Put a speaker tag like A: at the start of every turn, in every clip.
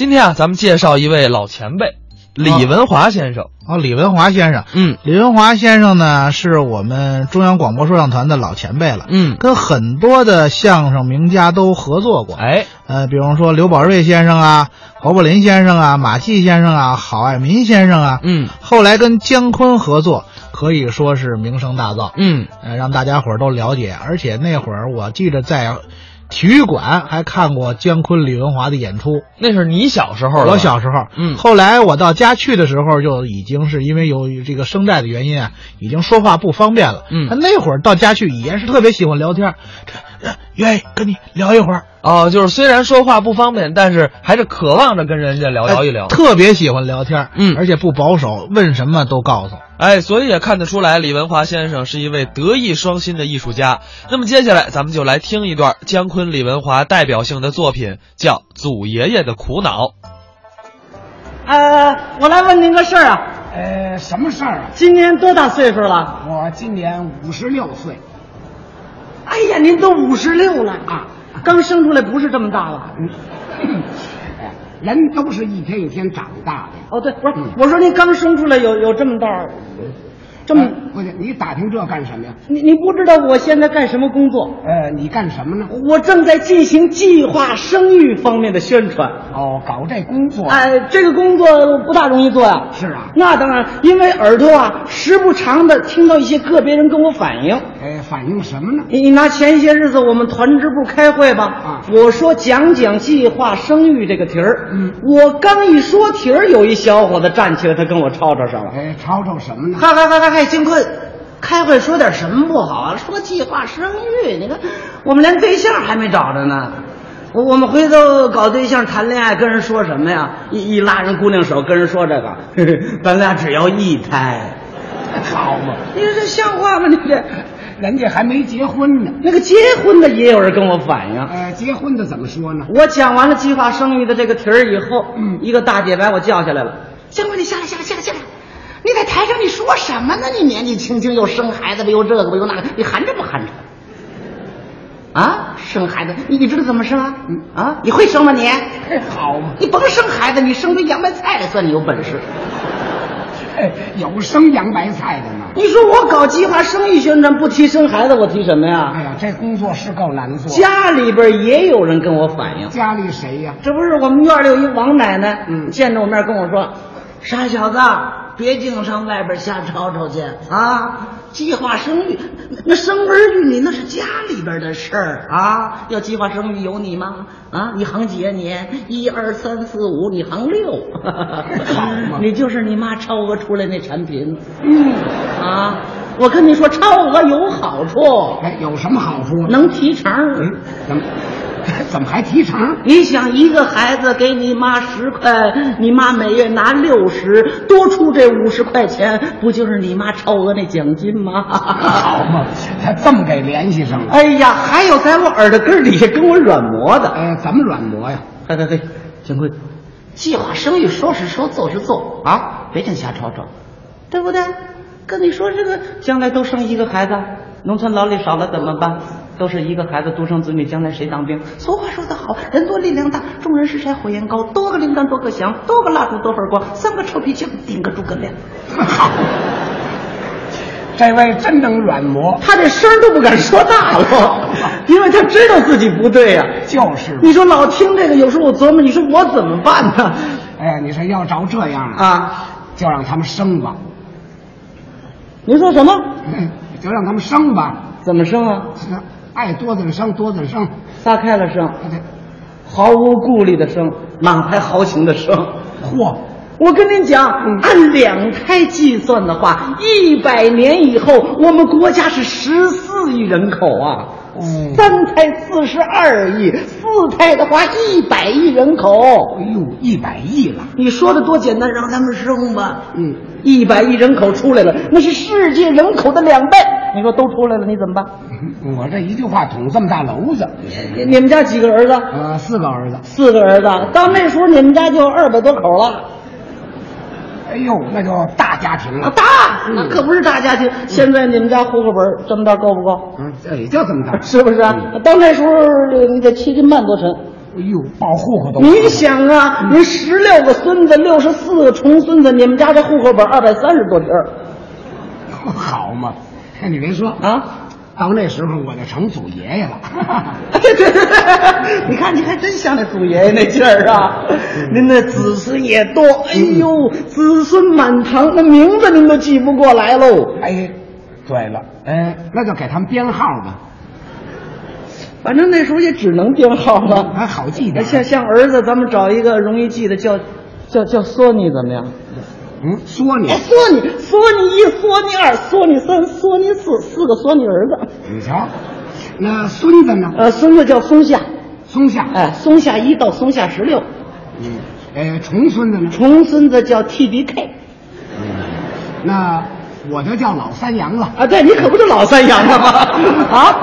A: 今天啊，咱们介绍一位老前辈，李文华先生。
B: 哦，李文华先生，
A: 嗯
B: 李文华先生呢，是我们中央广播说唱团的老前辈了，
A: 嗯，
B: 跟很多的相声名家都合作过，
A: 哎，
B: 呃，比方说刘宝瑞先生啊、侯宝林先生啊、马季先生啊、郝爱民先生啊，
A: 嗯
B: 后来跟姜昆合作，可以说是名声大噪，
A: 嗯，
B: 呃，让大家伙儿都了解。而且那会儿我记得在体育馆还看过姜昆、李文华的演出，
A: 那是你小时候了吧，
B: 我小时候，
A: 嗯
B: 后来我到家去的时候，就已经是因为由于这个声带的原因啊，已经说话不方便了。
A: 嗯
B: 他那会儿到家去也是特别喜欢聊天儿，这呃愿意跟你聊一会儿，
A: 哦，就是虽然说话不方便，但是还是渴望着跟人家哦聊聊一聊
B: 哎。特别喜欢聊天儿，
A: 嗯
B: 而且不保守，问什么都告诉。
A: 哎，所以也看得出来，李文华先生是一位德艺双馨的艺术家。那么接下来，咱们就来听一段姜昆、李文华代表性的作品，叫《祖爷爷的苦恼》。
C: 呃，我来问您个事儿啊，
A: 嗯
B: 哎
D: 呃，什么事儿啊？
C: 今年多大岁数了？
D: 我今年五十六岁
C: 哎呀，您都五十六了
D: 啊，
C: 刚生出来不是这么大了。
D: 哎人都是一天一天长大的。
C: 哦，对，不是，
D: 嗯
C: 我说您刚生出来有有这么大，这么，
D: 呃不是你打听这干什么呀？
C: 你你不知道我现在干什么工作？
D: 呃，你干什么呢？
C: 我正在进行计划生育方面的宣传。
D: 哦，搞这工作。
C: 哎，这个工作不大容易做呀、
D: 是啊
C: 那当然，因为耳朵啊，时不常的听到一些个别人跟我反映，
D: 呃，反映什么呢？
C: 你你拿前些日子我们团支部开会吧，
D: 啊
C: 我说讲讲计划生育这个题儿，嗯，我刚一说题儿，有一小伙子站起来，他跟我吵吵上了，
D: 呃，吵吵什么呢？
C: 嗨嗨嗨嗨嗨，金坤，开会说点什么不好啊？说计划生育，你看我们连对象还没找着呢。我我们回头搞对象谈恋爱，跟人说什么呀？一一拉人姑娘手，跟人说这个， 嘿嘿，咱俩只要一胎，
D: 好嘛，
C: 你说这像话吗？你这
D: 人家还没结婚呢。
C: 那个结婚的也有人跟我反映，
D: 呃，结婚的怎么说呢？
C: 我讲完了计划生育的这个题儿以后，嗯，一个大姐把我叫下来了，
E: 姜昆，你下来，下来，下来，下来！你在台上你说什么呢？你年纪轻轻又生孩子吧，又这个吧，又那个，你含着不含着？啊，生孩子，你你知道怎么生啊？
C: 嗯
E: 啊，你会生吗你？
D: 哎好嘛，
E: 你甭生孩子，你生堆洋白菜来算你有本事。
D: 哎有生洋白菜的呢。
C: 你说我搞计划生育宣传不提生孩子，我提什么
E: 嗯
D: 哎
C: 呀？
D: 呀，这工作是够难做。
C: 家里边也有人跟我反映，
D: 家里谁呀？
C: 这不是我们院里有一王奶奶，
D: 嗯
C: 见着我面跟我说，傻小子，别净上外边瞎吵吵去啊！计划生育，那生儿育女那是家里边的事儿啊，要计划生育有你吗？啊，你行几啊你？一二三四五，你行 六，
D: 好嘛
C: 你就是你妈超额出来那产品，嗯啊，我跟你说，超额有好处，
D: 哎，有什么好处？
C: 能提成。
D: 嗯，怎么 怎么还提成？
C: 你想一个孩子给你妈十块，你妈每月拿六十，多出这五十块钱，不就是你妈超额那奖金吗？
D: 好嘛，还这么给联系上了。
C: 哎呀，还有在我耳朵根儿底下跟我软磨的，
D: 呃，怎么软磨呀？
C: 嘿嘿嘿，金贵，
E: 计划生育说是说，做是做啊，别净瞎吵吵。
C: 对不对？跟你说这个将来都生一个孩子，农村劳力少了怎么办？都是一个孩子独生子女，将来谁当兵？
E: 俗话说得好，人多力量大，众人拾柴火焰高，多个铃铛多个响，多个蜡烛多份光，三个臭皮匠顶个诸葛亮。
D: 这位真能软磨，
C: 他这声儿都不敢说大了，因为他知道自己不对呀、
D: 就是嘛。
C: 你说老听这个，有时候我琢磨，你说我怎么办呢？
D: 哎，你说要照这样啊，
C: 啊，
D: 就让他们生吧，
C: 您说什么？
D: 嗯 就让他们生吧，
C: 怎么生啊？
D: 是爱多的生多的生，
C: 撒开了生，
D: 哎
C: 毫无顾虑的生，满怀豪情的生。
D: 嚯，
C: 我跟您讲，按两胎计算的话，一百年以后，我们国家是十四亿人口啊。
D: 嗯
C: 三胎四十二亿，四胎的话一百亿人口。
D: 哎呦，一百亿了，
C: 你说的多简单，让他们生吧。
D: 嗯，
C: 一百亿人口出来了，那是世界人口的两倍。你说都出来了，你怎么办？
D: 我这一句话捅这么大篓子，
C: 你你们家几个儿子？
D: 呃，四个儿子，
C: 四个儿子。到那时候你们家就二百多口了，
D: 哎呦，那就大家庭
C: 啊
D: 了，
C: 大，那可不是大家庭。现在你们家户口本这么大够不够？
D: 嗯，这也就这么大，
C: 是不是啊？到那时候你得七斤半多沉，
D: 哎呦，报户口都
C: 你想啊，您十六个孙子，六十四个重孙子，你们家这户口本二百三十多地儿
D: 好嘛？你别说，
C: 啊！
D: 到那时候我就成祖爷爷了。
C: 对对对，你看你还真像那祖爷爷那劲儿啊！您那子孙也多，哎呦，子孙满堂，那名字您都记不过来喽。
D: 哎，对了，哎，那就给他们编号吧，
C: 反正那时候也只能编号了。
D: 还好记点。
C: 哎像像儿子，咱们找一个容易记的，叫叫叫索尼怎么样？
D: 嗯，说你
C: 哎，，索尼，索尼一，索尼二，索尼三，索尼四，四个索尼儿子。
D: 你瞧，那孙子呢？
C: 呃，孙子叫松下，
D: 松下，
C: 哎，松下一到松下十六，
D: 嗯，呃，重孙子呢？
C: 重孙子叫 TDK 嗯
D: 那我就叫老三阳了。
C: 啊，对你可不就老三阳了吗？ 啊，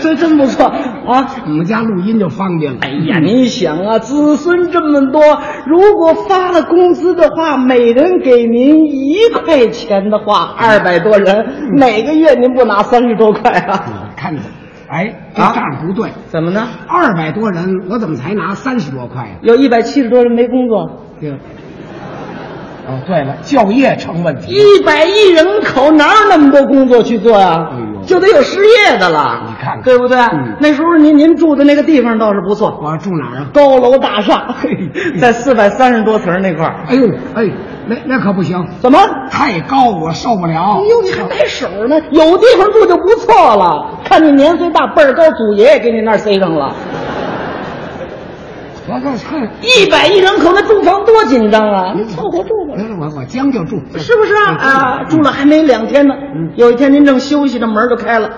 C: 这真不错啊！
D: 我们家录音就方便了。嗯
C: 哎呀，你想啊，子孙这么多，如果发了工资的话，每人给您一块钱的话，二百多人，
D: 嗯
C: 每个月您不拿三十多块啊？
D: 看着，哎，这
C: 啊
D: 账不对，
C: 怎么呢？
D: 二百多人，我怎么才拿三十多块啊呀、
C: 有一百七十多人没工作，
D: 对。哦，对了，就业成问题。
C: 一百亿人口哪有那么多工作去做呀、
D: 哎呦
C: 就得有失业的了，
D: 你看看
C: 对不对？
D: 嗯
C: 那时候您您住的那个地方倒是不错，
D: 我住哪儿啊？
C: 高楼大厦，在四百三十多层那块儿。
D: 哎呦，哎，那那可不行，
C: 怎么？
D: 太高我受不
C: 哎
D: 了。
C: 呦，你还带手呢？有地方住就不错了。看你年岁大，辈儿高，祖爷爷给你那儿塞上了。
D: 我这哼，
C: 一百亿人口，那住房多紧张啊！你凑合住吧。
D: 我我我将就住，
C: 是不是啊？啊，住了还没两天呢。有一天您正休息呢，门儿就开了，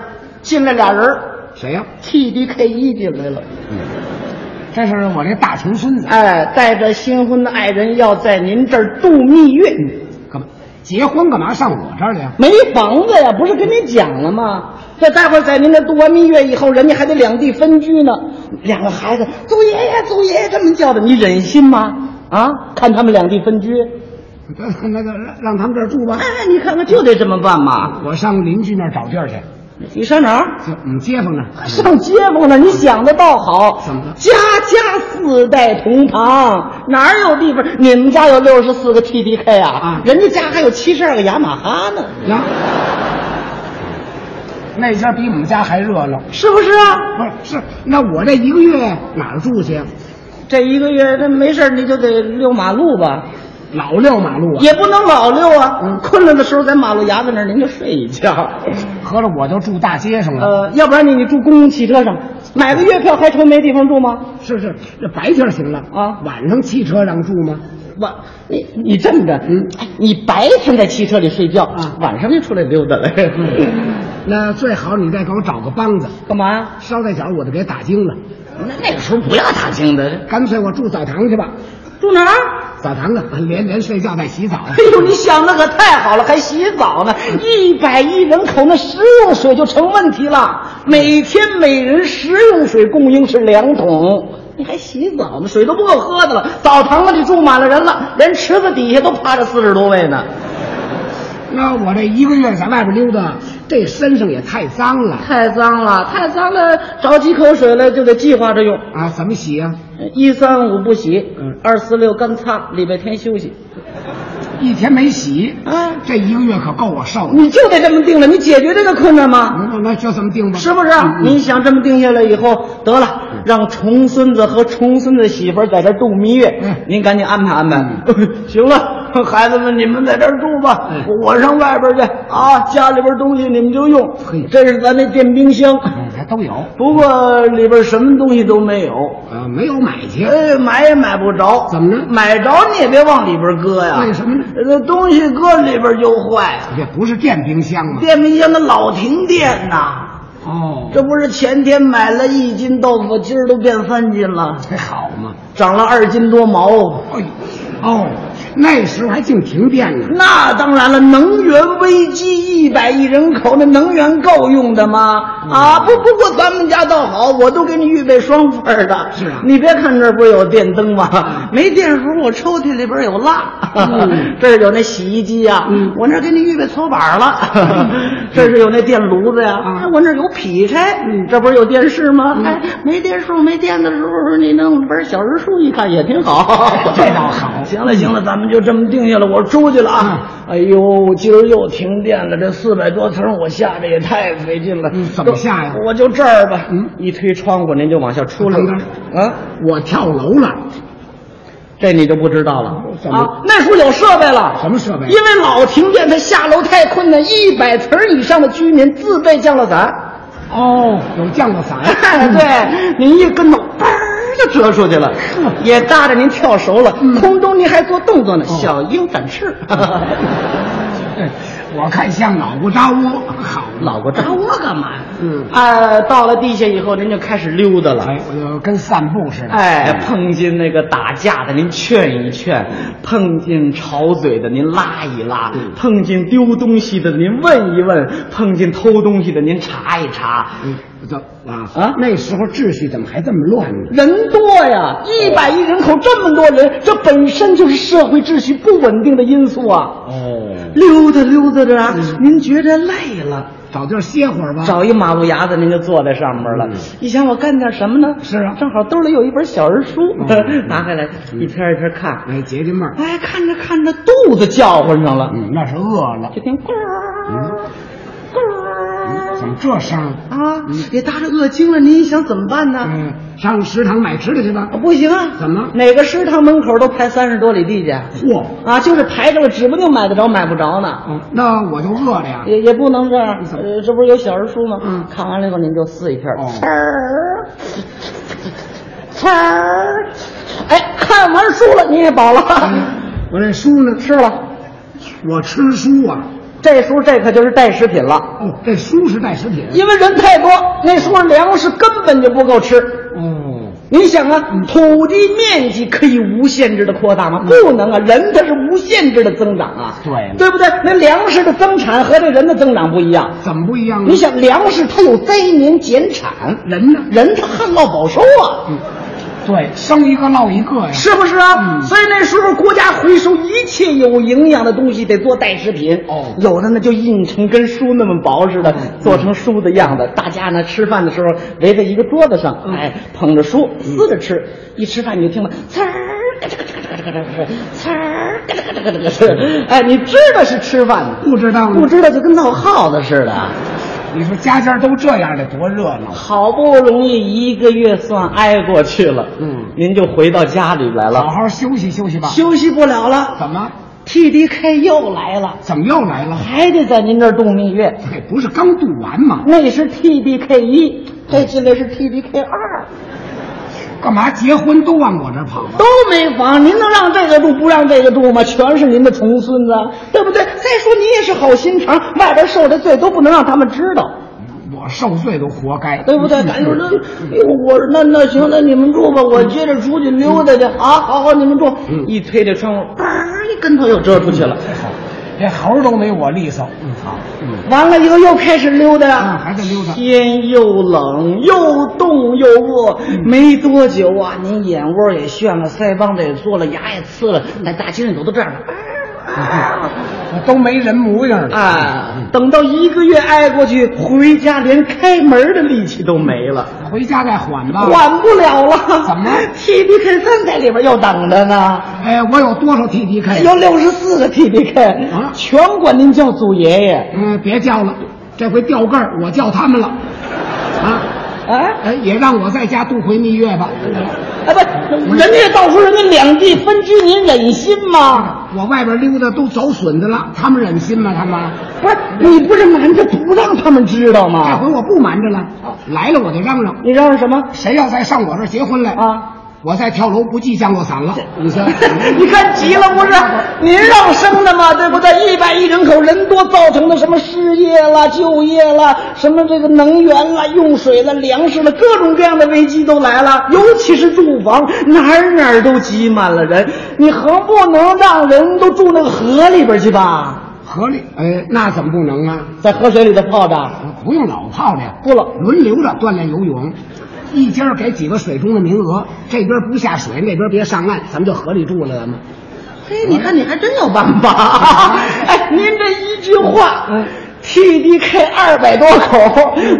C: 进来俩人儿
D: 谁呀、
C: ，TDK 一进来了，
D: 这是我这大穷孙子，
C: 嗯哎，带着新婚的爱人要在您这儿度蜜月，
D: 干嘛结婚干嘛上我这儿来呀？
C: 没房子呀，不是跟您讲了吗？这待会儿在您这度完蜜月以后，人家还得两地分居呢。两个孩子，祖爷爷，祖爷爷这么叫的，你忍心吗？啊，看他们两地分居，
D: 那那个让让他们这儿住吧
C: 哎，，你看看就得这么办嘛。
D: 我上邻居那儿找地儿去，
C: 你上哪儿？
D: 就我们街坊那儿。
C: 上街坊呢，你想的倒好，
D: 怎么了
C: 家家四代同堂，哪儿有地方？你们家有六十四个 TDK 啊，
D: 啊
C: 人家家还有七十二个雅马哈呢，
D: 呀，那家比我们家还热闹。
C: 是不是啊？
D: 不是，是那我这一个月哪儿住去？
C: 这一个月这没事儿你就得遛马路吧，
D: 老六马路啊，
C: 也不能老遛啊。困了的时候在马路牙子那儿您就睡一觉，
D: 合着我就住大街上了。
C: 呃，要不然你你住公共汽车上，买个月票还愁没地方住吗？
D: 是是，这白天行了
C: 啊
D: 晚上汽车让住吗？
C: 晚，你你这么着，嗯，你白天在汽车里睡觉，
D: 啊
C: 晚上就出来溜达来，嗯
D: 那最好你再给我找个帮子，
C: 干嘛呀？
D: 捎带脚我就给打精了。
C: 那那个时候不要打听的，
D: 干脆我住澡堂去吧，
C: 住哪儿？
D: 澡堂啊，连连睡觉带洗澡。啊
C: 哎呦，你想的可太好了，还洗澡呢！一百亿人口，那食用水就成问题了。每天每人食用水供应是两桶，你还洗澡呢？水都不够喝的了。澡堂子里住满了人了，连池子底下都趴着四十多位呢。
D: 那我这一个月在外边溜达，这身上也太脏了
C: 太脏了，太脏了，找几口水来就得计划着用。
D: 啊！怎么洗呀、
C: 一三五不洗
D: 嗯，
C: 二四六干擦，礼拜天休息。
D: 一天没洗，
C: 啊，
D: 这一个月可够我受的。
C: 你就得这么定了，你解决这个困难吗？
D: 那那就这么定吧，
C: 嗯是不是？
D: 嗯
C: 你想这么定下来以后，得了，让重孙子和重孙子媳妇儿在这儿度蜜月
D: 嗯，
C: 您赶紧安排安排。 行了，孩子们，你们在这儿住吧
D: 嗯，
C: 我上外边去啊，家里边东西你们就用
D: 嘿。
C: 这是咱那电冰箱，
D: 嗯，还都有，
C: 不过里边什么东西都没有，
D: 呃，没有买去，
C: 哎，买也买不着。
D: 怎么呢
C: 买着你也别往里边搁呀，
D: 为什么呢？
C: 这东西搁里边就坏啊。
D: 这不是电冰箱吗？
C: 电冰箱它老停电呐。
D: 哦，
C: 这不是前天买了一斤豆腐，今儿都变三斤了，
D: 这好嘛？
C: 长了二斤多毛。
D: 哎，哦，那时候还净停电呢。
C: 那当然了，能源危机，一百亿人口，那能源够用的吗？
D: 嗯
C: 啊，不，不过咱们家倒好，我都给你预备双份儿的。
D: 是啊
C: 你别看这儿不是有电灯吗？没电的时候，我抽屉里边有蜡，
D: 嗯
C: 这儿有那洗衣机呀、
D: 嗯
C: 我那儿给你预备搓板儿 了，这是有那电炉子呀、
D: 啊
C: 哎我那儿有劈柴，
D: 嗯
C: 这不是有电视吗？哎，没电视没电的时候，你弄本小人书一看也挺好。
D: 这倒好 嗯
C: 行了行了，咱们就这么定下了。我出去了啊！哎呦，今儿又停电了，这四百多层我下着也太费劲了。
D: 嗯怎么下呀
C: 我就这儿吧。
D: 嗯
C: 一推窗户您就往下出来了
D: 等
C: 啊！
D: 我跳楼了，
C: 这你就不知道了
D: 怎么
C: 啊！那时候有设备了，
D: 什么设备
C: 因为老停电，它下楼太困难，一百层以上的居民自备降落伞。。
D: 哦，有降落伞 嗯
C: 对，您一跟头，嘣儿就折出去了，也搭着您跳熟了，空中您还做动作呢，
D: 嗯哦
C: 小鹰展 翅，
D: 对，我看像脑瓜扎窝，好
C: 老过扎窝干嘛呀？
D: 嗯
C: 啊，到了地下以后，您就开始溜达了。
D: 哎，我就跟散步似的。
C: 哎，碰见那个打架的，您劝一劝；碰见吵嘴的，您拉一拉；
D: 嗯
C: 碰见丢东西的，您问一问；碰见偷东西的，您查一查。
D: 不知道啊
C: 啊
D: 那时候秩序怎么还这么乱呢？
C: 人多呀，一百亿人口这么多人，这本身就是社会秩序不稳定的因素啊。
D: 哦，嗯
C: 溜达溜达着啊，您觉着累了，
D: 找地儿歇会儿吧。
C: 找一马路牙子，您就坐在上面了。一想我干点什么呢？
D: 嗯是啊
C: 正好兜里有一本小人书，
D: 嗯
C: 拿开来一篇一篇看。
D: 哎，解解闷儿。
C: 哎，看着看着肚子叫唤上了，
D: 嗯，那是饿了
C: 就。听咕儿咕
D: 嗯怎
C: 儿
D: 么这声儿？
C: 啊，也搭着饿精了。您想怎么办呢？
D: 嗯，上食堂买吃的去吧。
C: 啊不行啊，
D: 怎么
C: 哪个食堂门口都排三十多里地去？
D: 嚯，
C: 啊，就是排着了，指不定买得着，买不着呢。
D: 嗯那我就饿了呀。
C: 也也不能这样，呃，这不是有小人书吗？
D: 嗯
C: 看完了以后您就撕一片儿，
D: 哦
C: 呲儿，呲儿，哎，看完书了你也饱了，
D: 我这书呢？
C: 吃了。
D: 我吃书啊。
C: 这书这可就是代食品了，
D: 哦，这书是带食品。
C: 因为人太多，那时候粮食根本就不够吃。
D: 哦，
C: 你想啊，土地面积可以无限制的扩大吗？不能啊，人它是无限制的增长啊，
D: 对了
C: 对不对？那粮食的增产和这人的增长不一样。
D: 怎么不一样呢？
C: 你想，粮食它有灾年减产，
D: 人呢？
C: 人他旱涝保收啊，
D: 嗯，对，生一个落一个呀。
C: 是不是啊？
D: 嗯
C: 所以那时候国家回收一切有营养的东西得做代食品，
D: 哦
C: 有的呢就印成跟书那么薄似的，做成书的样子。大家呢吃饭的时候围在一个桌子上，哎，捧着书撕着吃，一吃饭你就听到呲儿。咯吱咯吱咯吱咯吱咯吱呲儿，咯吱咯吱咯吱咯吱，哎，你知道是吃饭的，
D: 不知道呢
C: 不知道就跟闹耗子似的。
D: 你说家家都这样，得多热闹。
C: 好不容易一个月算挨过去了，
D: 嗯
C: 您就回到家里来
D: 好
C: 了，
D: 好休息休息吧。
C: 休息不了了
D: 怎么？
C: ，TDK 又来了，
D: 怎么又来了？
C: 还得在您这儿度蜜月，
D: 这不是刚度完吗？
C: 那是 TDK 一，这进来是 TDK 二，
D: 干嘛结婚都往我这儿跑啊？
C: 都没房，您能让这个住不让这个住吗？全是您的重孙子，对不对？再说您也是好心肠，外边受的罪都不能让他们知道。
D: 我受罪都活该，
C: 对不对？
D: 嗯
C: 哎呦，那我那那行，那你们住吧，我接着出去溜达
D: 嗯
C: 去啊！好好，你们住。一推这窗户，嘣儿，一跟头又折出去了。
D: 这猴儿都没我利索。嗯，好，嗯，
C: 完了以后又开始溜达
D: 啊，
C: 啊。
D: 还在溜达。
C: 天又冷又冻又饿，
D: 嗯
C: 没多久啊，您眼窝也眩了，腮帮子也做了，牙也刺了，
D: 嗯
C: 那大街上走都这样了。
D: 啊都没人模样了。
C: 啊，等到一个月挨过去，回家连开门的力气都没了。
D: 回家再缓吧。
C: 管不了了。
D: 啊怎么
C: ？T D K 三在里边又等着呢，
D: 哎，我有多少 T D K？
C: 有六十四个 T D K，、
D: 哎啊
C: 全管您叫祖爷爷。
D: 嗯，别叫了，这回掉个儿，我叫他们了。啊，
C: 啊，
D: 哎，也让我在家度回蜜月吧。
C: 哎不，人家到时候人家两地分居，您忍心吗？
D: 我外边溜达都走损的了，他们忍心吗？他们
C: 不是，你不是瞒着不让他们知道
D: 这
C: 吗？
D: 回我不瞒着了，来了我就嚷嚷，
C: 你嚷嚷什么？
D: 谁要再上我这儿结婚来
C: 啊，
D: 我再跳楼不计降落伞了。你说，
C: 你看急了不是？您让生的嘛，对不对？一百亿人口人多造成的什么失业啦、就业啦、什么这个能源啦、用水啦、粮食啦，各种各样的危机都来了，尤其是住房，哪儿哪儿都挤满了人。你何不能让人都住那个河里边去吧？
D: 合理，哎，那怎么不能啊？
C: 在河水里头泡着，
D: 不用老泡着，
C: 不了
D: 轮流着锻炼游泳，一家儿给几个水中的名额，这边不下水，那边别上岸，咱们就河里住了，咱们。
C: 嘿，你看你还真有办法！ 哎，您这一句话，TDK 二百多口，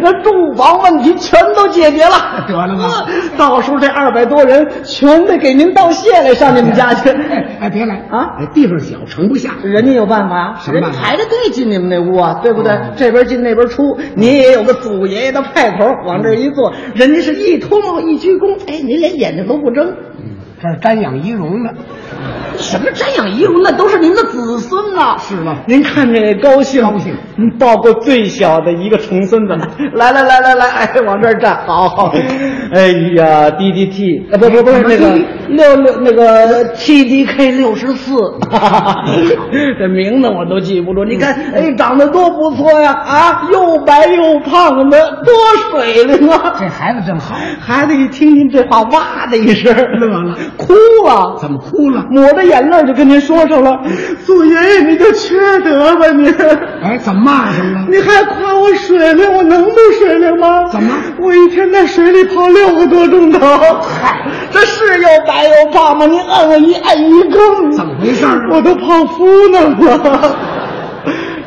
C: 那住房问题全都解决了。
D: 得了吧
C: 嗯到时候这二百多人全得给您道谢来上你们家 去。
D: 哎哎，别来
C: 啊！
D: 哎，地方小，盛不下。
C: 人家有办法，
D: 什么
C: 人家
D: 办法
C: 排着队进你们那屋啊，对不对？
D: 哦
C: 这边进那边出，您也有个祖爷爷的派头，往这儿一坐，
D: 嗯
C: 人家是一脱帽一鞠躬，哎，您连眼睛都不睁。
D: 这是瞻仰仪容的，
C: 什么瞻仰遗容，那都是您的子孙啊呐、
D: 是吗？
C: 您看着也高兴，
D: 高兴。
C: 您抱过最小的一个重孙子，来来来来来，哎，往这儿站，好好。哎呀，DDT 啊，不不不是那个六六那个 TDK 六十四，这名字我都记不住。你看，哎，长得多不错呀！啊，又白又胖的，多水灵啊！
D: 这孩子真好，
C: 孩子一听您这话，哇的一声，
D: 乐了，
C: 哭了，
D: 怎么哭了？
C: 抹着眼泪就跟您说上了，祖爷爷你就缺德吧您，
D: 哎，怎么骂上了？
C: 你还夸我水灵，我能不水灵吗？
D: 怎么
C: 我一天在水里泡六个多钟头，嗨，这是又白又胖吗？您按我一按一更，
D: 怎么回事儿
C: 我都泡芙呢我。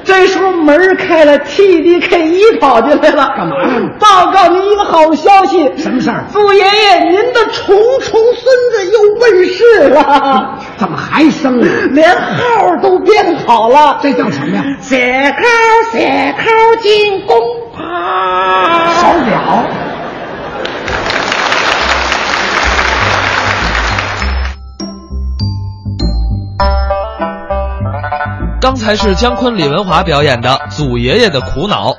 C: 这时候门儿开了，TDK 一跑进来了，
D: 干嘛呀
C: 报告您一个好消息，
D: 什么事儿
C: 祖爷爷，您的重重孙子又问世了。
D: 怎么还生呢？
C: 连号都编好了，
D: 这叫什么呀？
C: 写扣写扣进宫趴。
D: 手表。
A: 刚才是姜昆、李文华表演的《祖爷爷的苦恼》。